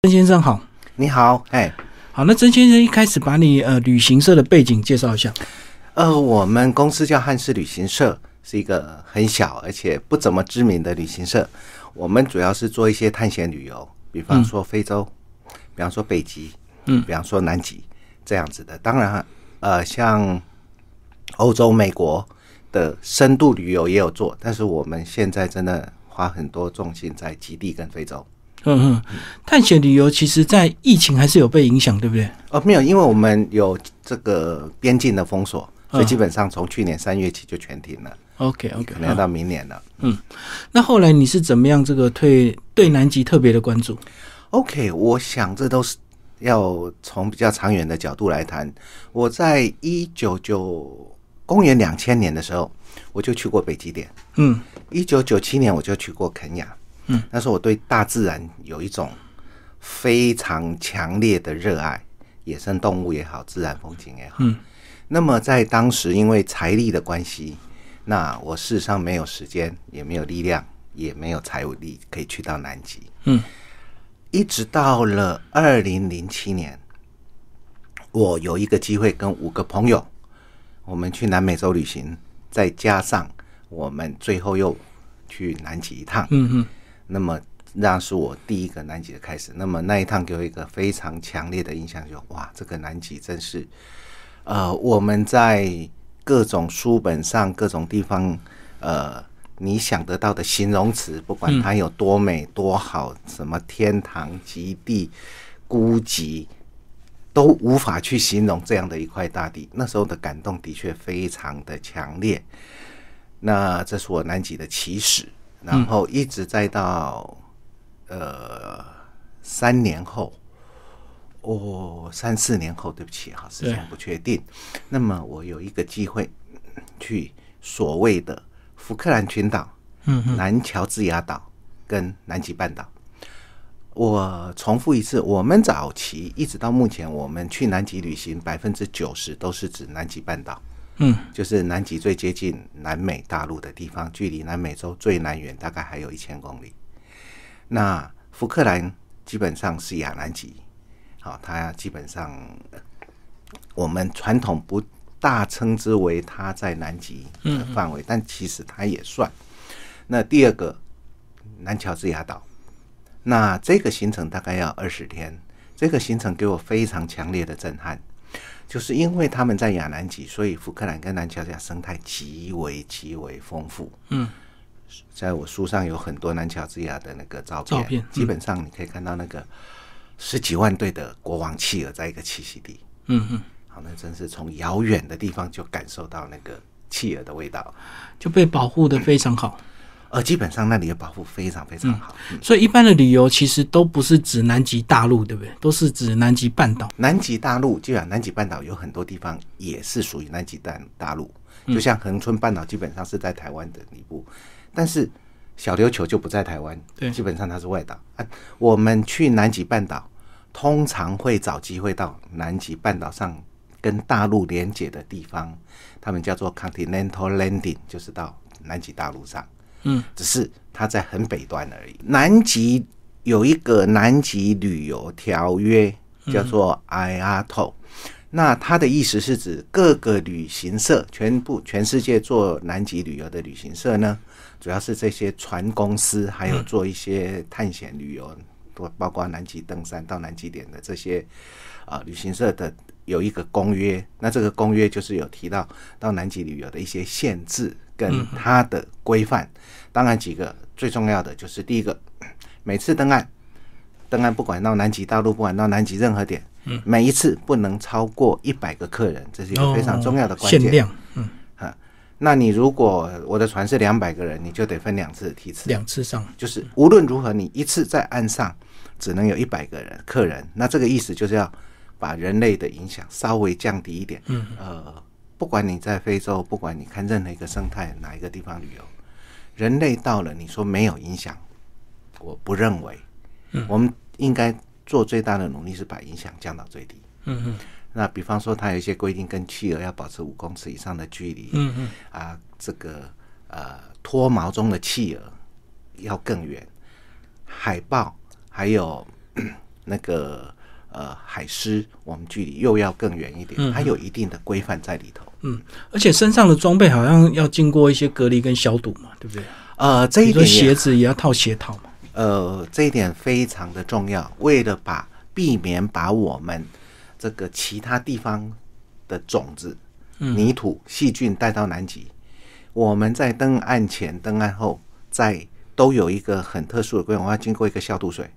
曾先生好，你好，哎，好，那曾先生一开始把你呃旅行社的背景介绍一下。呃，我们公司叫汉氏旅行社，是一个很小而且不怎么知名的旅行社。我们主要是做一些探险旅游，比方说非洲，比方说北极，嗯，比方说南极这样子的。当然，呃，像欧洲、美国的深度旅游也有做，但是我们现在真的花很多重心在极地跟非洲。嗯嗯，探险旅游其实在疫情还是有被影响，对不对？哦，没有，因为我们有这个边境的封锁，所以基本上从去年三月起就全停了。 OK OK，可能要到明年了。那后来你是怎么样这个对对南极特别的关注？ OK，我想这都是要从比较长远的角度来谈。我在一九九公元两千年的时候，我就去过北极点。嗯一九九七年我就去过肯亚。嗯，那时候我对大自然有一种非常强烈的热爱，野生动物也好，自然风景也好。嗯，那么在当时因为财力的关系，那我事实上没有时间，也没有力量，也没有财务力可以去到南极。嗯，一直到了二零零七年，我有一个机会跟五个朋友，我们去南美洲旅行，再加上我们最后又去南极一趟，嗯嗯那么那是我第一个南极的开始。那么那一趟给我一个非常强烈的印象，就哇，这个南极真是，呃，我们在各种书本上、各种地方，呃，你想得到的形容词，不管它有多美、多好，什么天堂、极地、孤寂。都无法去形容这样的一块大地，那时候的感动的确非常的强烈。那这是我南极的起始，然后一直再到、呃三年后，哦三四年后，对不起哈，时间不确定。那么我有一个机会嗯去所谓的福克兰群岛、嗯南乔治亚岛跟南极半岛。我重复一次，我们早期一直到目前，我们去南极旅行百分之九十都是指南极半岛。嗯就是南极最接近南美大陆的地方，距离南美洲最南缘大概还有一千公里。那福克兰基本上是亚南极，好、它基本上呃我们传统不大称之为它在南极的范围，但其实它也算。那第二个，南乔治亚岛，那这个行程大概要二十天，这个行程给我非常强烈的震撼。就是因为他们在亚南极，所以福克兰跟南乔治亚生态极为极为丰富。嗯，在我书上有很多南乔治亚的那个照片，照片嗯基本上你可以看到那个十几万对的国王企鹅在一个栖息地。嗯嗯，好，那真是从遥远的地方就感受到那个企鹅的味道。就被保护的非常好。呃，基本上那里的保护非常非常好。所以一般的旅游其实都不是指南极大陆，对不对？都是指南极半岛。南极大陆，基本上南极半岛有很多地方也是属于南极大大陆，就像恒春半岛基本上是在台湾的里部，但是小琉球就不在台湾，对基本上它是外岛。啊，我们去南极半岛，通常会找机会到南极半岛上跟大陆连接的地方，他们叫做 continental landing，就是到南极大陆上。只是它在很北端而已。南极有一个南极旅游条约，叫做 IATO，、那它的意思是指各个旅行社，全部全世界做南极旅游的旅行社呢，主要是这些船公司，还有做一些探险旅游，多包括南极登山到南极点的这些啊、呃旅行社的有一个公约，那这个公约就是有提到到南极旅游的一些限制嗯跟它的规范。当然，几个最重要的就是第一个，每次登岸，登岸不管到南极大陆，不管到南极任何点，嗯每一次不能超过一百个客人，这是一个非常重要的关键。哦限量，嗯，那你如果我的船是两百个人，你就得分两次梯次。两次上。就是无论如何，你一次在岸上只能有一百个人客人。那这个意思就是要把人类的影响稍微降低一点。嗯，呃，不管你在非洲，不管你看任何一个生态哪一个地方旅游，人类到了，你说没有影响，我不认为。我们应该做最大的努力是把影响降到最低。嗯嗯那比方说，它有一些规定，跟企鹅要保持五公尺以上的距离。嗯嗯，啊，这个呃脱毛中的企鹅要更远，海豹还有 那个呃海狮，我们距离又要更远嗯一点，它有一定的规范在里头。而且身上的装备好像要经过一些隔离跟消毒嘛，对不对？呃，这比一如说点鞋也子也要套鞋套嘛。呃，这一点非常的重要。为了把避免把我们这个其他地方的种子、泥土、细菌带到南极，我们在登岸前、登岸后，在都有一个很特殊的规划，我要经过一个消毒水。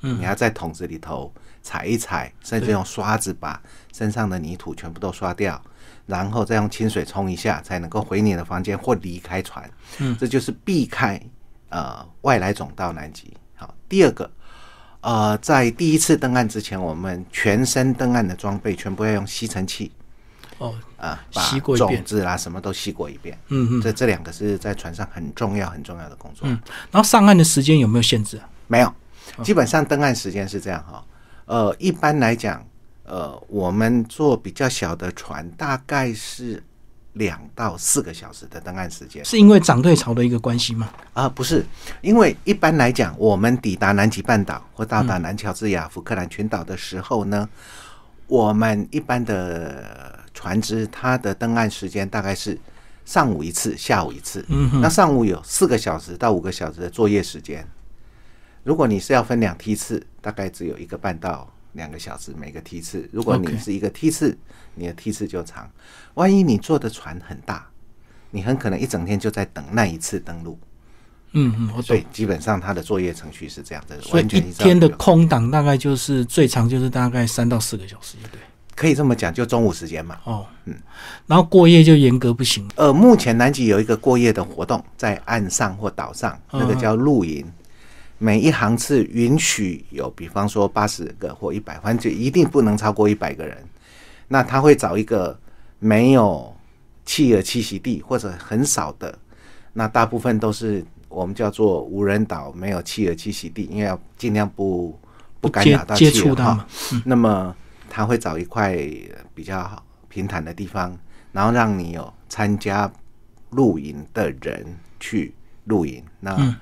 你要在桶子里头踩一踩，甚至用刷子把身上的泥土全部都刷掉，然后再用清水冲一下，才能够回你的房间或离开船。嗯，这就是避开呃外来种到南极。好，第二个，呃，在第一次登岸之前，我们全身登岸的装备全部要用吸尘器哦，啊、吸把过一遍种子啦啊什么都吸过一遍。嗯嗯这这两个是在船上很重要很重要的工作。嗯。然后上岸的时间有没有限制啊？没有，基本上登岸时间是这样哈。呃，一般来讲，呃，我们坐比较小的船，大概是两到四个小时的登岸时间是因为涨退潮的一个关系吗？啊、不是，因为一般来讲，我们抵达南极半岛或到达南乔治亚、福克兰群岛的时候呢，我们一般的船只它的登岸时间大概是上午一次，下午一次。嗯，那上午有四个小时到五个小时的作业时间。如果你是要分两梯次，大概只有一个半到两个小时每个梯次。如果你 OK 是一个梯次，你的梯次就长。万一你坐的船很大，你很可能一整天就在等那一次登陆。嗯嗯，我懂。所以基本上它的作业程序是这样的，所以完一全依照天的流程空档大概就是最长就是大概三到四个小时，对不对？可以这么讲，就中午时间嘛。哦，嗯。然后过夜就严格不行。呃，目前南极有一个过夜的活动，在岸上或岛上，那个叫露营。嗯每一航次允许有，比方说八十个或一百，反正就一定不能超过一百个人。那他会找一个没有企鹅栖息地或者很少的，那大部分都是我们叫做无人岛，没有企鹅栖息地，因为要尽量不不干扰到接企接触嗯鹅到哈嘛。那么他会找一块呃比较平坦的地方，然后让你有参加露营的人去露营。嗯那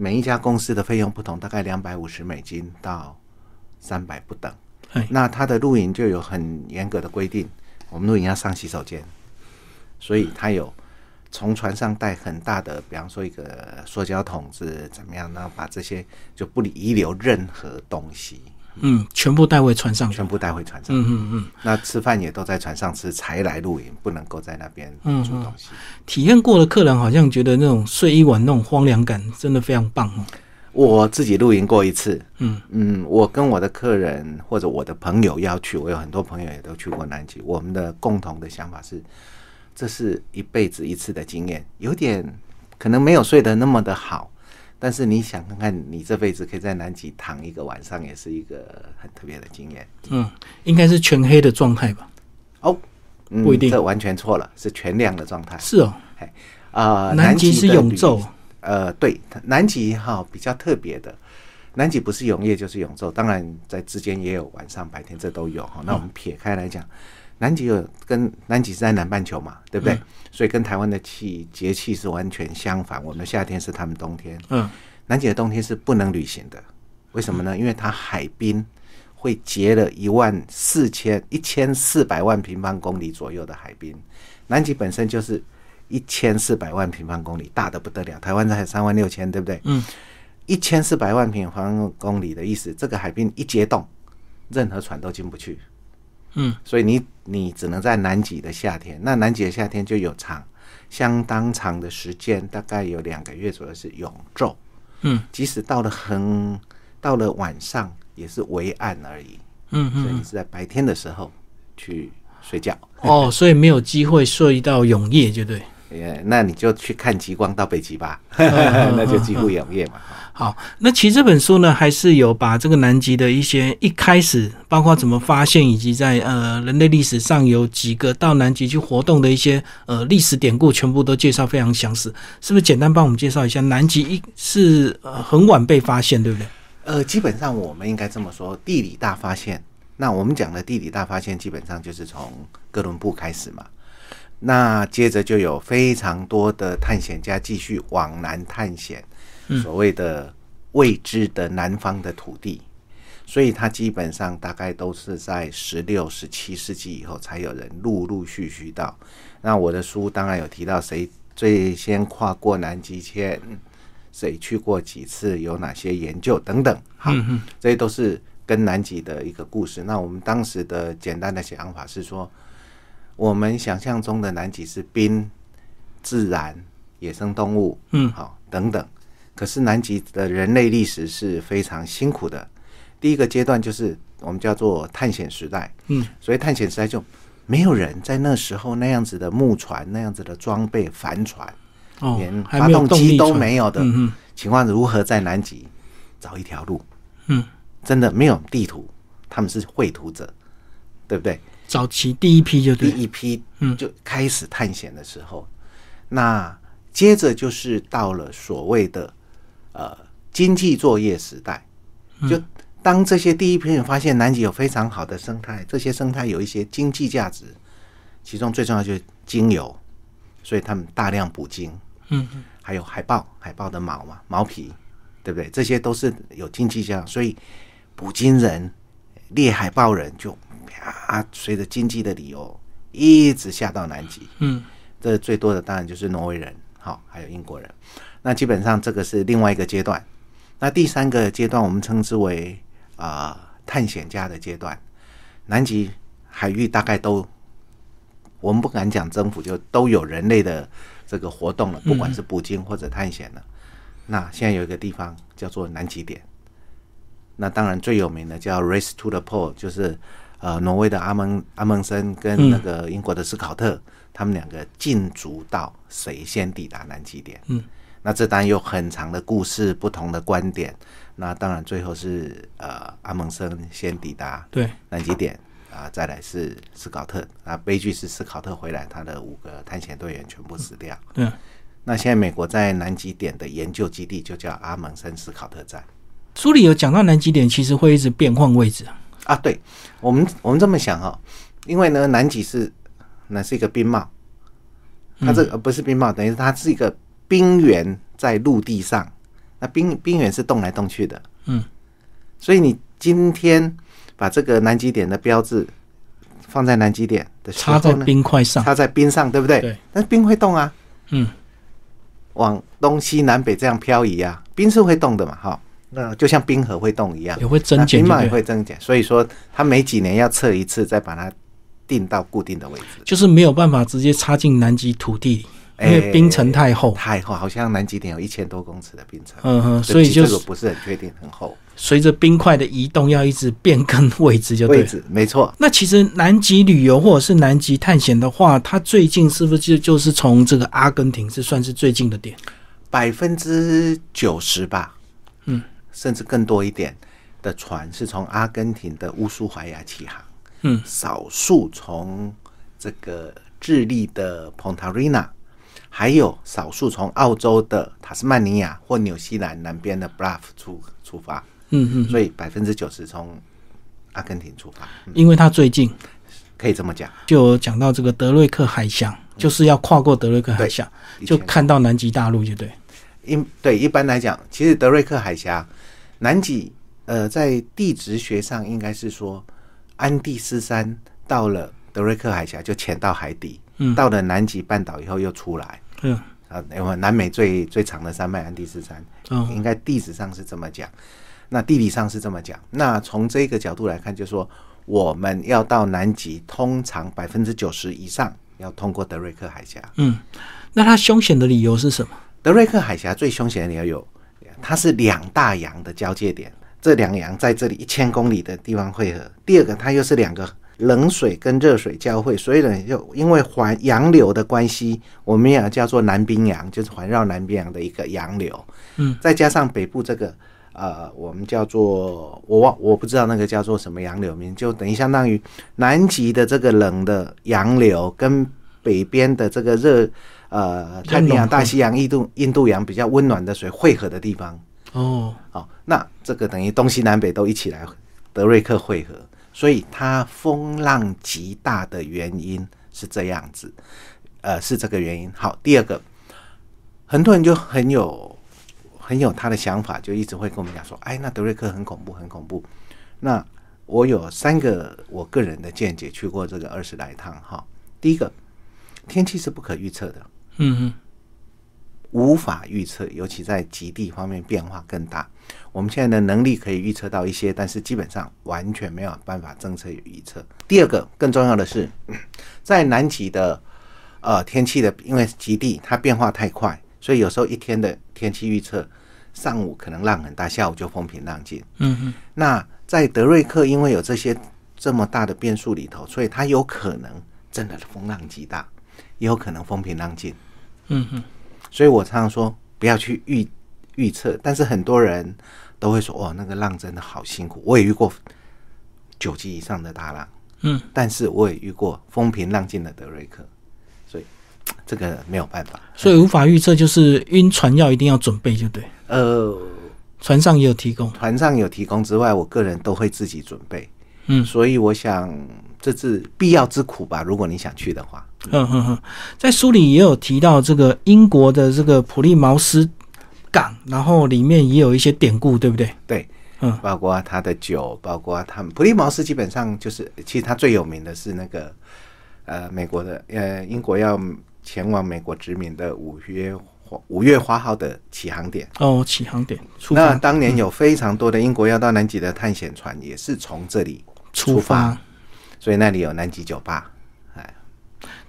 每一家公司的费用不同，大概两百五十美金到三百不等哎。那他的露营就有很严格的规定，我们露营要上洗手间，所以他有从船上带很大的，比方说一个塑胶桶子怎么样，然后把这些就不遗留任何东西，嗯，全部带回船上去。全部带回船上。嗯嗯嗯，那吃饭也都在船上吃，才来露营，不能够在那边嗯煮东西。体验过的客人好像觉得那种睡一晚那种荒凉感真的非常棒哦。我自己露营过一次，嗯嗯，我跟我的客人或者我的朋友要去，我有很多朋友也都去过南极。我们的共同的想法是，这是一辈子一次的经验，有点可能没有睡得那么的好，但是你想看看，你这辈子可以在南极躺一个晚上，也是一个很特别的经验。嗯，应该是全黑的状态吧？哦，嗯、不一定这完全错了，是全亮的状态。是哦，啊，南极是的永旅昼。呃，对，南极哈、比较特别的，南极不是永夜就是永昼，当然在之间也有晚上白天，这都有哈、那我们撇开来讲，南极有跟南极是在南半球嘛，对不嗯对？所以跟台湾的气节气是完全相反，我们的夏天是他们冬天，嗯，南极的冬天是不能旅行的，为什么呢？因为它海冰会结了一万四千一千四百万平方公里左右的海冰，南极本身就是一千四百万平方公里，大的不得了。台湾才三万六千，对不对？嗯，一千四百万平方公里的意思，这个海冰一结冻，任何船都进不去。嗯，所以你你只能在南极的夏天，那南极的夏天就有长相当长的时间，大概有两个月左右是永昼。嗯，即使到了很到了晚上，也是围岸而已。嗯所以你是在白天的时候去睡觉，哦，所以没有机会睡到永夜，就对。呃，那你就去看极光到北极吧， 那就几乎永夜嘛。好，那其实这本书呢，还是有把这个南极的一些一开始，包括怎么发现，以及在呃人类历史上有几个到南极去活动的一些呃历史典故，全部都介绍非常详实。是不是简单帮我们介绍一下？南极一是呃很晚被发现，对不对？呃，基本上我们应该这么说，地理大发现。那我们讲的地理大发现，基本上就是从哥伦布开始嘛。那接着就有非常多的探险家继续往南探险，所谓的未知的南方的土地。所以它基本上大概都是在十六、十七世纪以后才有人陆陆续续到。那我的书当然有提到谁最先跨过南极圈，谁去过几次，有哪些研究等等。好，嗯这些都是跟南极的一个故事。那我们当时的简单的想法是说，我们想象中的南极是冰、自然、野生动物，嗯好等等。可是南极的人类历史是非常辛苦的。第一个阶段就是我们叫做探险时代，嗯，所以探险时代就没有人在那时候那样子的木船、那样子的装备、帆船，哦连，还发没有动动机力都船没有的嗯嗯情况，如何在南极找一条路？嗯，真的没有地图，他们是绘图者，对不对？早期第一批就第对，一批嗯就开始探险的时候，那接着就是到了所谓的呃经济作业时代，嗯就当这些第一批人发现南极有非常好的生态，这些生态有一些经济价值，其中最重要就是精油，所以他们大量捕鲸，嗯嗯还有海豹，海豹的毛嘛，毛皮，对不对？这些都是有经济价，所以捕鲸人、猎海豹人就啪，随着经济的理由一直下到南极。嗯，这最多的当然就是挪威人，好、还有英国人。那基本上这个是另外一个阶段。那第三个阶段，我们称之为啊、探险家的阶段。南极海域大概都，我们不敢讲征服，就都有人类的这个活动了，不管是捕鲸或者探险了。那现在有一个地方叫做南极点，那当然最有名的叫 Race to the Pole，就是呃挪威的阿蒙阿蒙森跟那个英国的斯考特，他们两个竞逐到谁先抵达南极点。嗯，那这当然有很长的故事，不同的观点。那当然最后是呃阿蒙森先抵达对，南极点啊，再来是斯考特啊，悲剧是斯考特回来，他的五个探险队员全部死掉。对，那现在美国在南极点的研究基地就叫阿蒙森斯考特站。书里有讲到南极点其实会一直变换位置啊，啊，对，我们我们这么想哈、因为呢，南极是那是一个冰帽，它这个、呃嗯不是冰帽，等于是它是一个冰原在陆地上，那冰冰原是动来动去的，嗯，所以你今天把这个南极点的标志放在南极点的时候插呢在冰块上，插在冰上，对不对？对，但是冰会动啊，嗯，往东西南北这样漂移啊，冰是会动的嘛，哈，那就像冰河会动一样。也会增那减冰就帽也对了，会增减，所以说它每几年要测一次，再把它定到固定的位置。就是没有办法直接插进南极土地里，因为哎冰层太厚，太厚，好像南极点有一千多公尺的冰层，嗯哼，这所以其就这是个不是很确定，很厚随着冰块的移动要一直变更位置就对位了。置，没错。那其实南极旅游或者是南极探险的话，它最近是不是就就是从这个阿根廷是算是最近的点？百分之九十吧，嗯，甚至更多一点的船是从阿根廷的乌苏怀亚起航，嗯，少数从这个智利的蓬塔瑞纳，还有少数从澳洲的塔斯曼尼亚或纽西兰南边的 Bluff 出出发，嗯嗯，所以百分之九十从阿根廷出发，嗯因为它最近可以这么讲。就有讲到这个德瑞克海峡，就是要跨过德瑞克海峡，嗯对就以前看到南极大陆，就对。因对一般来讲，其实德瑞克海峡南极，呃，在地质学上应该是说，安第斯山到了德瑞克海峡就潜到海底，嗯到了南极半岛以后又出来。嗯，啊，我们南美最最长的山脉安第斯山，哦，应该地质上是这么讲，那地理上是这么讲。那从这个角度来看，就是说我们要到南极，通常百分之九十以上要通过德瑞克海峡。嗯，那它凶险的理由是什么？德瑞克海峡最凶险的理由有，它是两大洋的交界点，这两洋在这里一千公里的地方汇合。第二个，它又是两个冷水跟热水交汇，所以呢，又因为环洋流的关系，我们也叫做南冰洋，就是环绕南冰洋的一个洋流。嗯，再加上北部这个。呃，我们叫做我忘我不知道那个叫做什么洋流名，就等于相当于南极的这个冷的洋流跟北边的这个热呃太平洋、大西洋、印度印度洋比较温暖的水汇合的地方。哦，哦，那这个等于东西南北都一起来德瑞克汇合，所以它风浪极大的原因是这样子，呃，是这个原因。好，第二个，很多人就很有很有他的想法，就一直会跟我们讲说，哎，那德瑞克很恐怖，很恐怖。那我有三个我个人的见解，去过这个二十来趟哈。第一个，天气是不可预测的，嗯哼，无法预测，尤其在极地方面变化更大。我们现在的能力可以预测到一些，但是基本上完全没有办法侦测与预测。第二个更重要的是， 在南极的呃天气的，因为极地它变化太快，所以有时候一天的天气预测，上午可能浪很大，下午就风平浪静。嗯哼，那在德瑞克，因为有这些这么大的变数里头，所以它有可能真的风浪极大，也有可能风平浪静。嗯哼，所以我常常说不要去预预测，但是很多人都会说哦，那个浪真的好辛苦。我也遇过九级以上的大浪，嗯，但是我也遇过风平浪静的德瑞克，所以这个没有办法。所以无法预测，就是晕船药一定要准备，就对。呃，船上也有提供，船上有提供之外，我个人都会自己准备，嗯所以我想这是必要之苦吧。如果你想去的话，嗯嗯嗯，在书里也有提到这个英国的这个普利茅斯港，然后里面也有一些典故，对不对？对，嗯包括他的酒，包括他们普利茅斯，基本上就是，其实他最有名的是那个，呃，美国的，呃，英国要前往美国殖民的五月花五月花号的起航点。哦，起航点出那发，当年有非常多的英国要到南极的探险船，也是从这里，出出发发，所以那里有南极酒吧。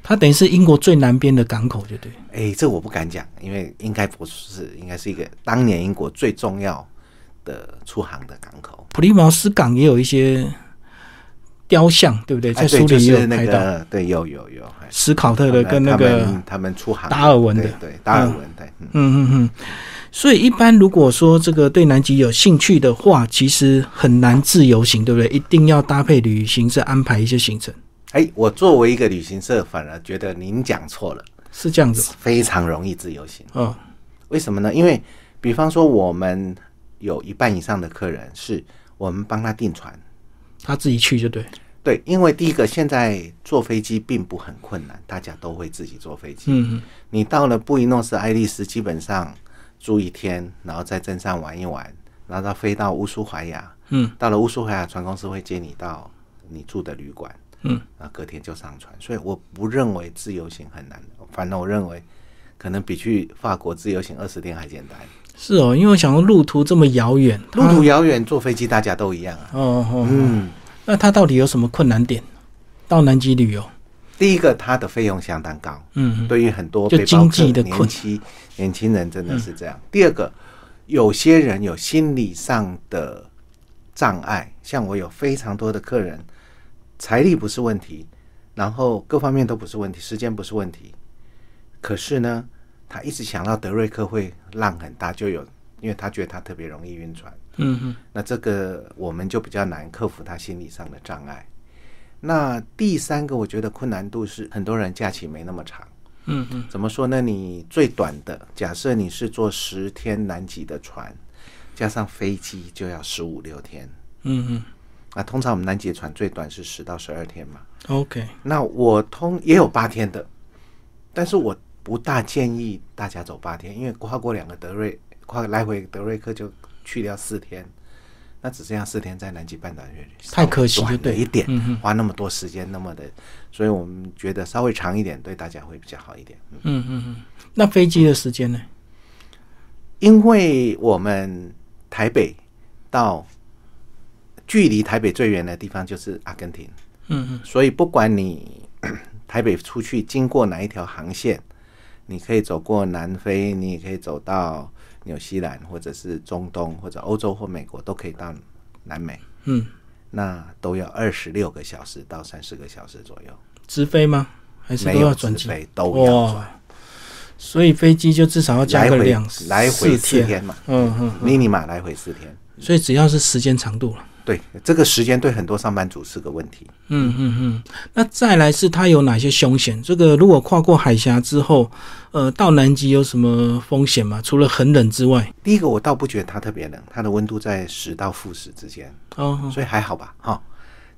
它等于是英国最南边的港口，就对。哎，这我不敢讲，因为应该不是，应该是一个当年英国最重要的出航的港口。普利茅斯港也有一些雕像，对不对？哎在对书里也就是有那拍到、个，对，有有有，哎史考特的跟那他个，们他们出航达尔文的对对达尔文对，嗯嗯嗯嗯。所以一般如果说这个对南极有兴趣的话，其实很难自由行，对不对？一定要搭配旅行社安排一些行程，哎，我作为一个旅行社，反而觉得您讲错了，是这样子吧。非常容易自由行。哦，为什么呢？因为比方说我们有一半以上的客人是我们帮他订船，他自己去就对。对，因为第一个现在坐飞机并不很困难，大家都会自己坐飞机。嗯，嗯你到了布宜诺斯艾利斯，基本上住一天，然后在镇上玩一玩，然后到飞到乌苏怀亚，嗯，到了乌苏怀亚，船公司会接你到你住的旅馆，嗯，然后隔天就上船。所以我不认为自由行很难，反而我认为可能比去法国自由行二十天还简单。是哦，因为我想说路途这么遥远，路他途遥远，坐飞机大家都一样啊。哦哦哦，嗯，那他到底有什么困难点？到南极旅游，第一个它的费用相当高，嗯，对于很多就背包经客济的困年轻年轻人真的是这样。第二个，有些人有心理上的障碍，像我有非常多的客人，财力不是问题，然后各方面都不是问题，时间不是问题，可是呢，他一直想到德瑞克会浪很大，就有因为他觉得他特别容易晕船。嗯嗯那这个我们就比较难克服他心理上的障碍。那第三个，我觉得困难度是很多人假期没那么长。嗯嗯，怎么说呢？你最短的，假设你是坐十天南极的船，加上飞机就要十五六天。嗯嗯啊，通常我们南极的船最短是十到十二天嘛。 ，OK，那我通也有八天的，但是我不大建议大家走八天，因为跨过两个德瑞，跨来回德瑞克就去掉四天，那只剩下四天在南极半岛月里，太可惜就短了对一点，嗯花那么多时间，那么的，所以我们觉得稍微长一点对大家会比较好一点。嗯嗯嗯嗯，那飞机的时间呢？因为我们台北到距离台北最远的地方就是阿根廷，嗯嗯所以不管你 台北出去经过哪一条航线，你可以走过南非，你也可以走到纽西兰，或者是中东，或者欧洲或美国，都可以到南美。嗯，那都要二十六个小时到三十个小时左右，直飞吗？还是没都要有转直机？飞都要转，所以飞机就至少要加来个回两来回四天。天嘛，嗯嗯， m i n i m 来回四天。所以只要是时间长度了。对，这个时间对很多上班族是个问题。嗯嗯嗯，那再来是它有哪些凶险？这个如果跨过海峡之后，呃，到南极有什么风险吗？除了很冷之外，第一个，我倒不觉得它特别冷，它的温度在十到负十之间，哦，所以还好吧，哈、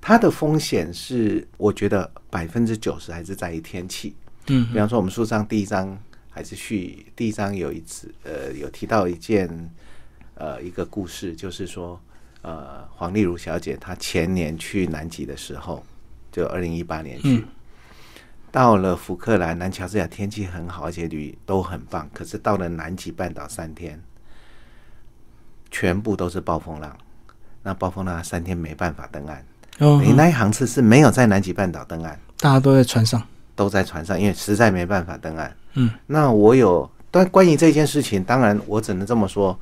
它的风险是，我觉得百分之九十还是在于天气。嗯比方说，我们书上第一章还是序第一章有一次，呃，有提到一件，呃，一个故事，就是说，呃，黄丽茹小姐她前年去南极的时候，就二零一八年去，到了福克兰、南乔治亚天气很好，而且旅都很棒。可是到了南极半岛三天，全部都是暴风浪，那暴风浪三天没办法登岸。哦，你那一航次是没有在南极半岛登岸，大家都在船上，都在船上，因为实在没办法登岸。嗯，那我有，但关于这件事情，当然我只能这么说，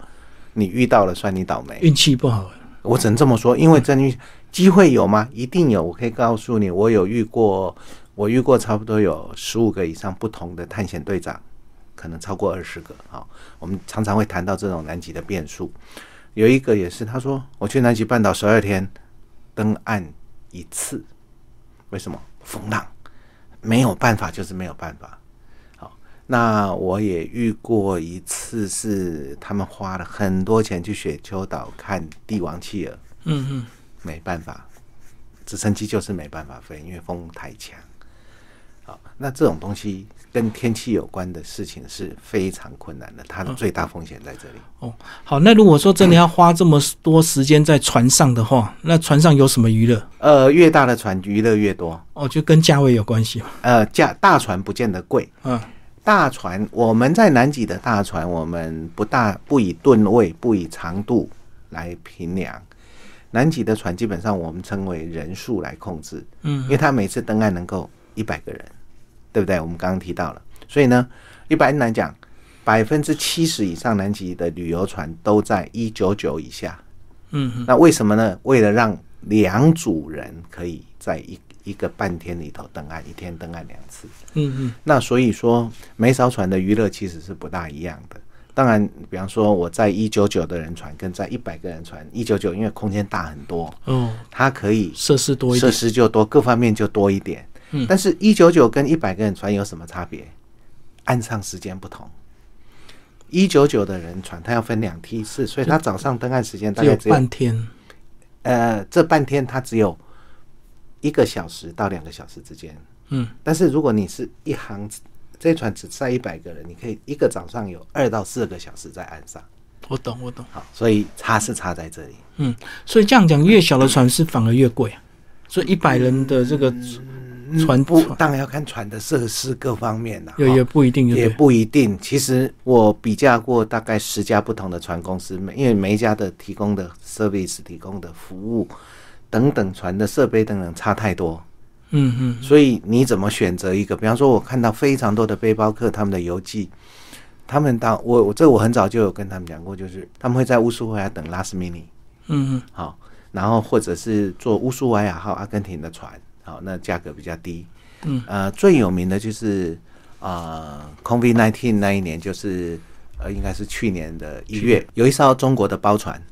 你遇到了算你倒霉。运气不好。我只能这么说，因为真的机会有吗？一定有，我可以告诉你，我有遇过，我遇过差不多有十五个以上不同的探险队长，可能超过二十个啊、我们常常会谈到这种南极的变数。有一个也是，他说我去南极半岛十二天，登岸一次，为什么？风浪没有办法，就是没有办法。好，那我也遇过一次，是他们花了很多钱去雪丘岛看帝王企鹅，嗯嗯，没办法，直升机就是没办法飞，因为风太强。好，那这种东西跟天气有关的事情是非常困难的，它的最大风险在这里。哦，好，那如果说真的要花这么多时间在船上的话，那船上有什么娱乐？呃，越大的船娱乐越多，哦，就跟价位有关系嘛。呃，价大船不见得贵，嗯，大船，我们在南极的大船，我们不大不以吨位、不以长度来评量。南极的船基本上我们称为人数来控制，嗯，因为它每次登岸能够一百个人，对不对？我们刚刚提到了，所以呢，一般来讲，百分之七十以上南极的旅游船都在一九九以下，嗯那为什么呢？为了让两组人可以在一一个半天里头登岸，一天登岸两次。嗯嗯，那所以说，每艘船的娱乐其实是不大一样的。当然，比方说我在一九九的人船跟在一百个人船，一九九因为空间大很多，哦，它可以设施多一设点。嗯施就多，各方面就多一点。但是，一九九跟一百个人船有什么差别？岸上时间不同。一九九的人船，它要分两梯次，所以它早上登岸时间大只有概只有半天，呃，这半天它只有一个小时到两个小时之间。嗯，但是如果你是一行，这船只载一百个人，你可以一个早上有二到四个小时在岸上。我懂我懂。好，所以差是差在这里。嗯，所以这样讲，越小的船是反而越贵啊。所以一百人的这个船嗯不，船当然要看船的设施各方面啦。也哈也不一定就也对。不一定。其实我比价过大概十家不同的船公司，每因为每一家的提供的 service、提供的服务等等，船的设备等等差太多。嗯嗯所以你怎么选择一个？比方说，我看到非常多的背包客他们的游记，他们到我我这我很早就有跟他们讲过，就是他们会在乌苏怀亚等拉斯米尼，嗯嗯，好，然后或者是坐乌苏怀亚号阿根廷的船，好，那价格比较低。嗯，呃，最有名的就是啊、呃、，COVID nineteen 那一年就是呃，应该是去年的一月，有一艘中国的包船。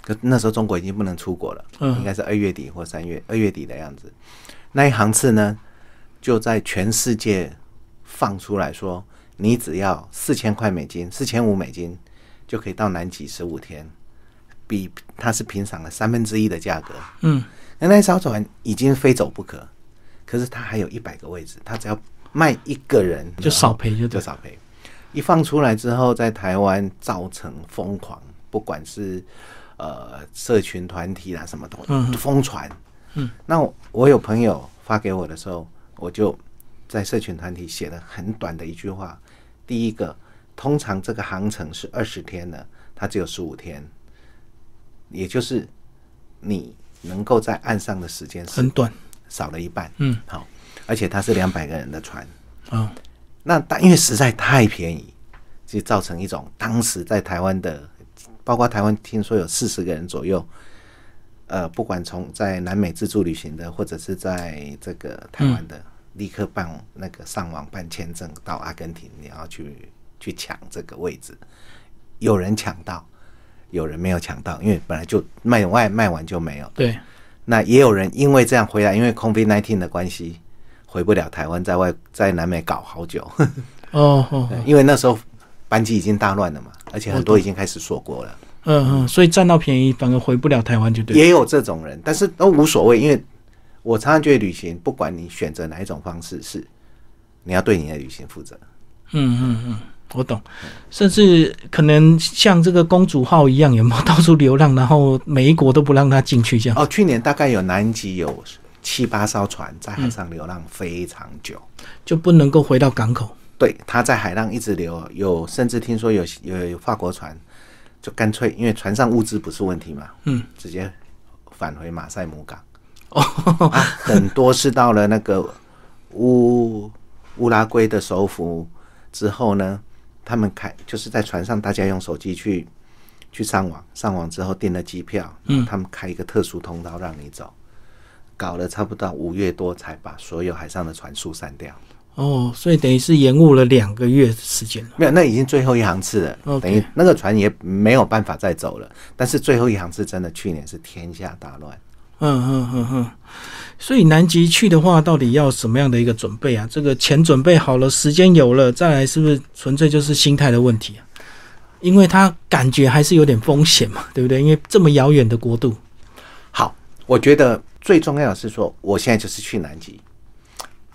可那时候中国已经不能出国了，嗯应该是二月底或三月，二月底的样子。那一航次呢，就在全世界放出来说，你只要四千块美金，四千五美金就可以到南极十五天，比它是平常的三分之一的价格。嗯，那那一艘船已经非走不可，可是它还有一百个位置，它只要卖一个人就少赔就就对。少赔。一放出来之后，在台湾造成疯狂，不管是呃社群团体啦什么都嗯疯传。嗯，那我我有朋友发给我的时候，我就在社群团体写了很短的一句话。第一个，通常这个航程是二十天的，它只有十五天，也就是你能够在岸上的时间是很短少了一半。嗯，好，而且它是两百个人的船。啊、那但因为实在太便宜，就造成一种当时在台湾的，包括台湾听说有四十个人左右，呃，不管从在南美自助旅行的，或者是在这个台湾的，立刻办那个上网办签证到阿根廷，然后去去抢这个位置，有人抢到，有人没有抢到，因为本来就卖外卖完就没有。对，那也有人因为这样回来，因为 COVID-19 的关系，回不了台湾，在外在南美搞好久。哦哦，对因为那时候班机已经大乱了嘛，而且很多已经开始锁国了，嗯嗯，所以占到便宜反而回不了台湾就对。也有这种人，但是都无所谓，因为我常常觉得旅行，不管你选择哪一种方式，是你要对你的旅行负责。嗯嗯嗯，我懂，甚至可能像这个公主号一样，有没有到处流浪，然后每一国都不让他进去这样？哦，去年大概有南极有七八艘船在海上流浪非常久，就不能够回到港口。对，它在海浪一直流，有甚至听说有有有法国船就干脆因为船上物资不是问题嘛，嗯，直接返回马赛姆港。哦，啊，很多是到了那个乌乌拉圭的首府之后呢，他们开就是在船上，大家用手机去去上网，上网之后订了机票，嗯，他们开一个特殊通道让你走，搞了差不多五月多才把所有海上的船速删掉。哦，所以等于是延误了两个月的时间了。没有，那已经最后一航次了 OK 等于那个船也没有办法再走了。但是最后一航次真的去年是天下大乱。嗯嗯嗯嗯，所以南极去的话，到底要什么样的一个准备啊？这个钱准备好了，时间有了，再来是不是纯粹就是心态的问题啊？因为他感觉还是有点风险嘛，对不对？因为这么遥远的国度，好，我觉得最重要的是说，我现在就是去南极。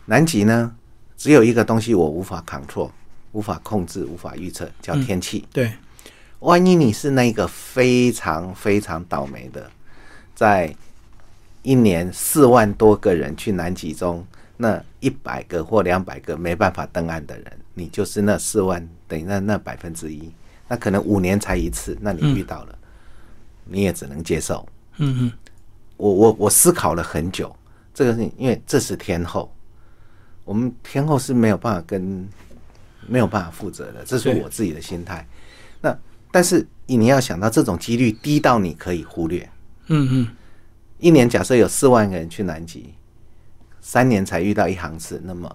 南极呢，只有一个东西我无法 control，无法控制，无法预测，叫天气。对，万一你是那个非常非常倒霉的，在一年四万多个人去南极中，那一百个或两百个没办法登岸的人，你就是那四万等于那那百分之一，那可能五年才一次，那你遇到了，你也只能接受。嗯嗯，我我我思考了很久，这个是因为这是天后，我们天后是没有办法跟没有办法负责的，这是对我自己的心态。那但是你要想到这种几率低到你可以忽略，嗯嗯，一年假设有四万个人去南极，三年才遇到一航次，那么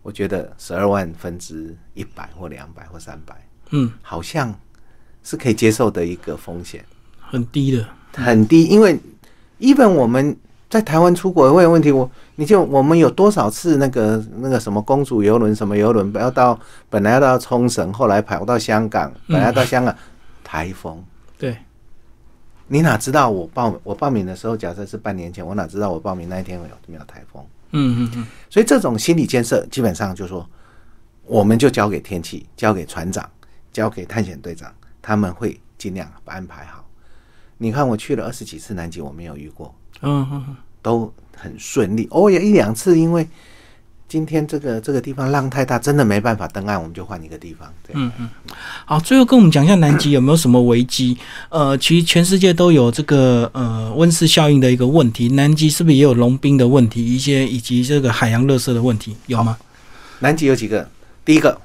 我觉得十二万分之一百或两百或三百，嗯，好像是可以接受的一个风险。很低的，很低，因为 even 我们在台湾出国会有问题，我你就我们有多少次那个那个什么公主游轮什么游轮，不要到本来要到冲绳，后来跑到香港，本来要到香港，台风，对，你哪知道我报我报名的时候，假设是半年前，我哪知道我报名那一天有没有台风？嗯嗯嗯，所以这种心理建设基本上就说，我们就交给天气，交给船长，交给探险队长，他们会尽量安排好。你看我去了二十几次南极，我没有遇过。嗯嗯嗯，都很顺利，偶尔一两次，因为今天这个这个地方浪太大，真的没办法登岸，我们就换一个地方。对，嗯、好，最后跟我们讲一下南极有没有什么危机？呃，其实全世界都有这个呃温室效应的一个问题，南极是不是也有融冰的问题，一些以及这个海洋垃圾的问题，有吗？南极有几个？第一个，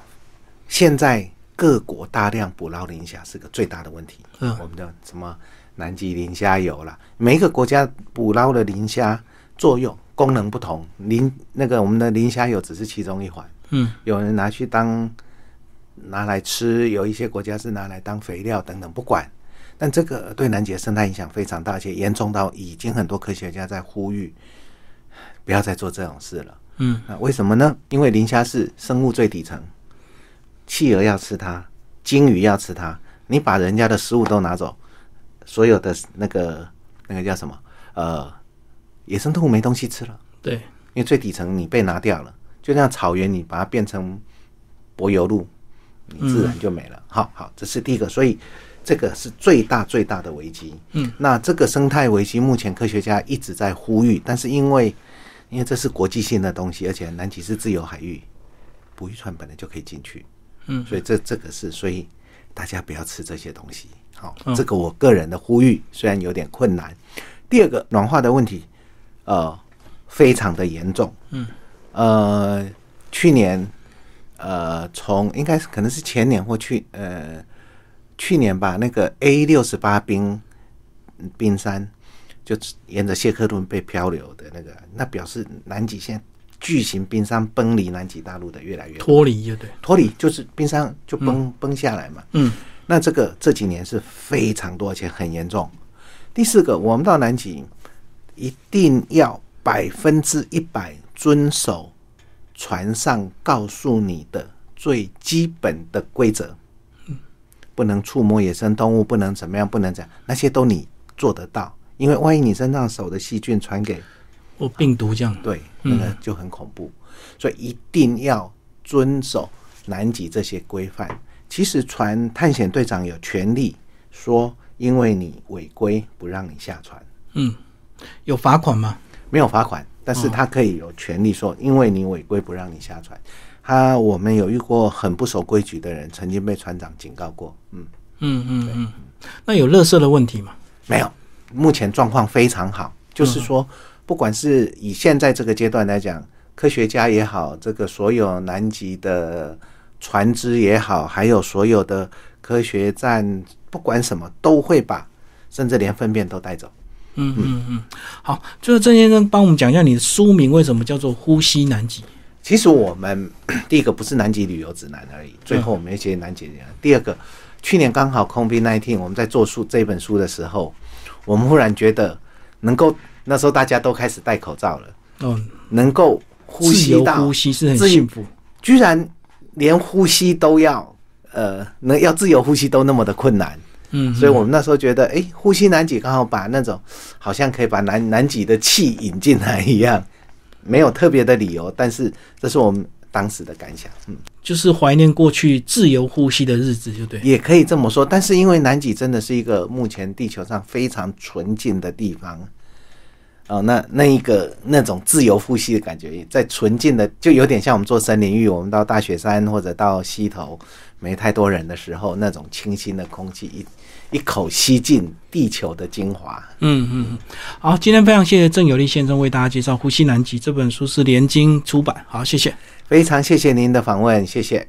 现在各国大量捕捞磷虾是个最大的问题。嗯我们的什么南极磷虾油啦，每一个国家捕捞的磷虾作用功能不同，磷那个我们的磷虾油只是其中一环。嗯，有人拿去当拿来吃，有一些国家是拿来当肥料等等，不管。但这个对南极的生态影响非常大，而且严重到已经很多科学家在呼吁，不要再做这种事了。嗯，那为什么呢？因为磷虾是生物最底层，企鹅要吃它，鲸鱼要吃它，你把人家的食物都拿走，所有的那个那个叫什么呃，野生动物没东西吃了。对，因为最底层你被拿掉了，就像草原你把它变成柏油路，你自然就没了。好好，这是第一个，所以这个是最大最大的危机。嗯，那这个生态危机，目前科学家一直在呼吁，但是因为因为这是国际性的东西，而且南极是自由海域，捕鱼船本来就可以进去。嗯，所以这这个是，所以大家不要吃这些东西。好，这个我个人的呼吁，虽然有点困难。第二个暖化的问题，呃，非常的严重。嗯，呃，去年，呃，从应该是可能是前年或去呃去年吧，那个 A 六十八冰冰山就沿着谢克顿被漂流的那个，那表示南极现在巨型冰山崩离南极大陆的越来越多脱离就对，脱离就是冰山就崩、崩下来嘛。嗯，那这个这几年是非常多，而且很严重。第四个，我们到南极一定要百分之一百遵守船上告诉你的最基本的规则，不能触摸野生动物，不能怎么样，不能怎样，那些都你做得到，因为万一你身上手的细菌传给或病毒这样。对，那个就很恐怖，所以一定要遵守南极这些规范。其实船探险队长有权利说，因为你违规不让你下船，有罚款吗？没有罚款，但是他可以有权利说，因为你违规不让你下船。他我们有遇过很不守规矩的人，曾经被船长警告过。嗯，嗯嗯嗯，那有垃圾的问题吗？没有，目前状况非常好，就是说，不管是以现在这个阶段来讲，科学家也好，这个所有南极的船只也好，还有所有的科学站，不管什么都会把，甚至连粪便都带走。嗯嗯嗯，好，就是郑先生帮我们讲一下你的书名为什么叫做《呼吸南极》。其实我们 第一个不是南极旅游指南而已，最后我们也写南极旅游。第二个，去年刚好 COVID nineteen，我们在做书这本书的时候，我们忽然觉得能够那时候大家都开始戴口罩了，哦，能够呼自由吸到呼吸是很自由幸福。居然连呼吸都要，呃，能要自由呼吸都那么的困难，嗯，所以我们那时候觉得，哎，呼吸南极刚好把那种好像可以把南南极的气引进来一样，没有特别的理由，但是这是我们当时的感想，嗯，就是怀念过去自由呼吸的日子，就对。也可以这么说，但是因为南极真的是一个目前地球上非常纯净的地方。哦，那那一个那种自由呼吸的感觉，在纯净的，就有点像我们做森林浴，我们到大雪山或者到溪头，没太多人的时候，那种清新的空气，一一口吸进地球的精华。嗯嗯，嗯，好，今天非常谢谢郑有利先生为大家介绍《呼吸南极》这本书是联经出版，好，谢谢。非常谢谢您的访问，谢谢。